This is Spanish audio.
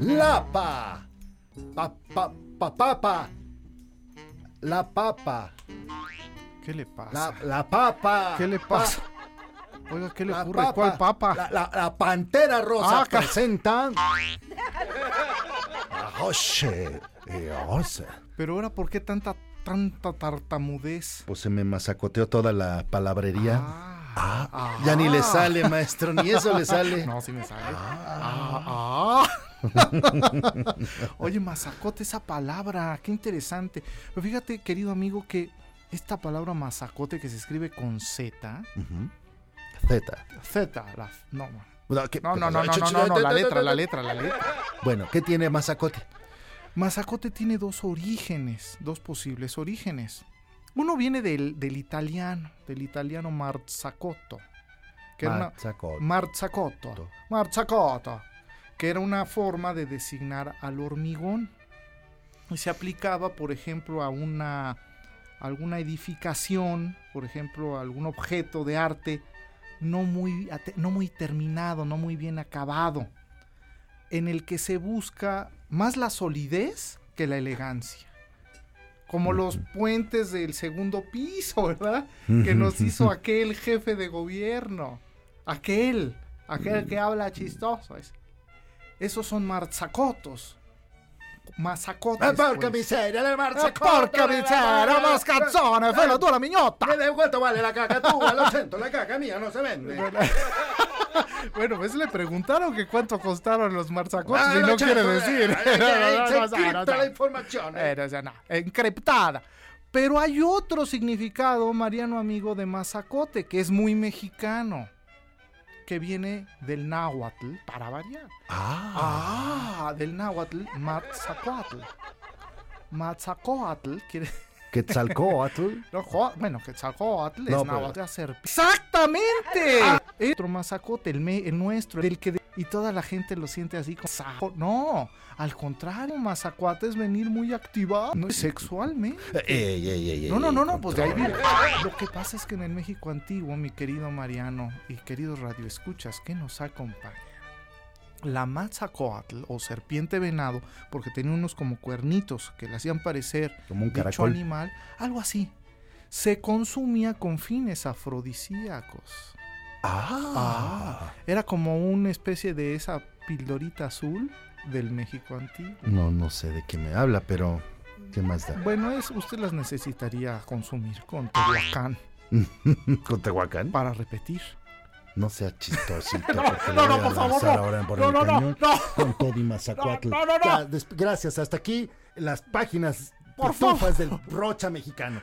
La pa. Pa pa pa papa. La papa. ¿Qué le La, pasa? la papa. ¿Qué le Pa- pasa? Oiga, ¿qué le la ocurre? ¿Cuál papa? La, la- la pantera rosa Ah, ca- presenta. Oye, eh, oye. Pero ahora, ¿por qué tanta, tanta tartamudez? Pues se me masacoteó toda la palabrería. Ah, ah, Ya ni le sale, maestro, ni eso le sale. No, sí me sale. Ah, ah. Oye, mazacote, esa palabra, qué interesante. Pero fíjate, querido amigo, que esta palabra mazacote que se escribe con Z, Z. Z, la, no, No, ¿qué- no, no, no, no, no, no, no, la letra, la letra, la letra. Bueno, ¿qué tiene masacote? Mazacote tiene dos orígenes, dos posibles orígenes. Uno viene del, del italiano, del italiano marzacotto, que era una, Mazacote. marzacotto, marzacotto, que era una forma de designar al hormigón. Y se aplicaba, por ejemplo, a una alguna edificación, por ejemplo, a algún objeto de arte no muy, ate- no muy terminado, no muy bien acabado, en el que se busca más la solidez que la elegancia. Como los puentes del segundo piso, ¿verdad? Que nos hizo aquel jefe de gobierno. Aquel, aquel que habla chistoso. ese. Esos son marzacotos. Mazacotes. Ah, porca pues. miseria, la Eh, marzacote. Porca miseria, ma scazzone, fai la tua la mignotta! de cuánto vale la cacatúa? Lo siento, la caca mía no se vende. Bueno, pues le preguntaron que cuánto costaron los marzacotes Ah, y no lo quiere siento, decir. eh, eh, eh, Se No, no, no, no, encripta no. la información. eh. Eh, no, o sea, no, encriptada. Pero hay otro significado, Mariano amigo, de mazacote, que es muy mexicano, que viene del náhuatl, para variar. Ah, del náhuatl, matzacoatl. Matzacoatl quiere Quetzalcóatl. No, jo- bueno, Quetzalcóatl No, pero- es Ah. náhuatl, serpiente. ¡Exactamente! Eh, Otro mazacote, el, me- el nuestro, el que... de- y toda la gente lo siente así como... "Saco". No, al contrario, mazacuate es venir muy activado no, sexualmente. Eh, Ey, ey, ey, No, no, ey, no, no, pues de ahí control. viene. Lo que pasa es que en el México antiguo, mi querido Mariano y queridos radioescuchas que nos acompañan, la mazacoatl o serpiente venado, porque tenía unos como cuernitos que le hacían parecer Como un dicho caracol. animal, algo así, se consumía con fines afrodisíacos. Ah. Era como una especie de esa pildorita azul del México antiguo. No, no sé de qué me habla, pero ¿qué más da? Bueno, es, usted las necesitaría consumir con Tehuacán ¿Con Tehuacán? para repetir. No sea chistosito. No, porque no, lo no, voy a por favor, lanzar no. ahora por No, el no, no, cañón no. Con todo y mazacuatl. No, no, no, no. Ya, des- gracias, hasta aquí las páginas Por pitufas del Rocha Mexicano.